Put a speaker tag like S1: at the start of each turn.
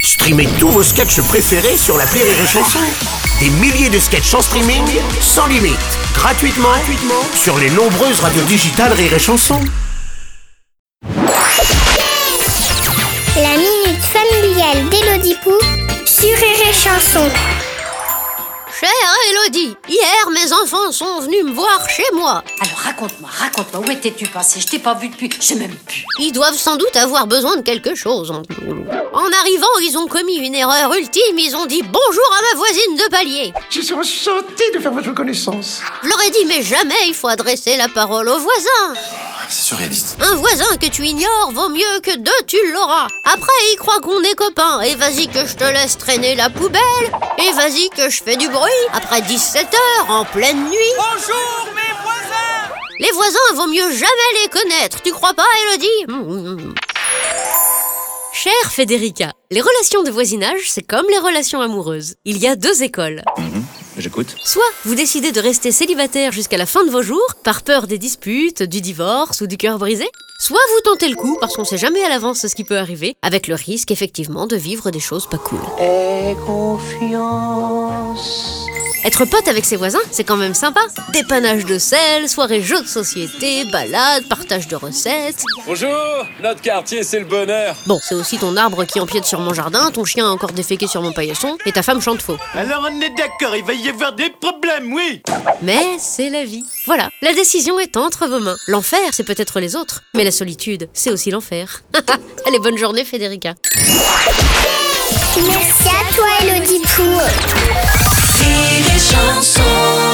S1: Streamez tous vos sketchs préférés sur la Rire et Chanson. Des milliers de sketchs en streaming, sans limite, gratuitement, gratuitement sur les nombreuses radios digitales Rire et Chanson.
S2: La minute familiale d'Élodie Pou sur Rire et Chanson.
S3: Chère Elodie, hier mes enfants sont venus me voir chez moi.
S4: Alors raconte-moi, raconte-moi, où étais-tu passé Je t'ai pas vu depuis, je sais même plus.
S3: Ils doivent sans doute avoir besoin de quelque chose. En arrivant, ils ont commis une erreur ultime, ils ont dit bonjour à ma voisine de palier.
S5: Je suis enchanté de faire votre connaissance.
S3: Je leur ai dit mais jamais il faut adresser la parole au voisin.
S6: C'est surréaliste.
S3: Un voisin que tu ignores vaut mieux que deux tu l'auras. Après, il croit qu'on est copains. Et vas-y que je te laisse traîner la poubelle. Et vas-y que je fais du bruit. Après 17 heures, en pleine nuit.
S7: Bonjour mes voisins
S3: Les voisins, vaut mieux jamais les connaître. Tu crois pas, Elodie
S8: Chère Hmm. Federica, les relations de voisinage, c'est comme les relations amoureuses. Il y a deux écoles.
S6: J'écoute.
S8: Soit vous décidez de rester célibataire jusqu'à la fin de vos jours, par peur des disputes, du divorce ou du cœur brisé. Soit vous tentez le coup, parce qu'on sait jamais à l'avance ce qui peut arriver, avec le risque effectivement de vivre des choses pas cool.
S9: Et confiance.
S8: Être pote avec ses voisins, c'est quand même sympa. Dépannage de sel, soirée jeux de société, balade, partage de recettes.
S10: Bonjour Notre quartier, c'est le bonheur
S8: Bon, c'est aussi ton arbre qui empiète sur mon jardin, ton chien a encore déféqué sur mon paillasson, et ta femme chante faux.
S7: Alors on est d'accord, il va y avoir des problèmes, oui
S8: Mais c'est la vie. Voilà, la décision est entre vos mains. L'enfer, c'est peut-être les autres, mais la solitude, c'est aussi l'enfer. Allez, bonne journée, Federica.
S2: Merci à toi, Elodie Pou.
S4: Et les chansons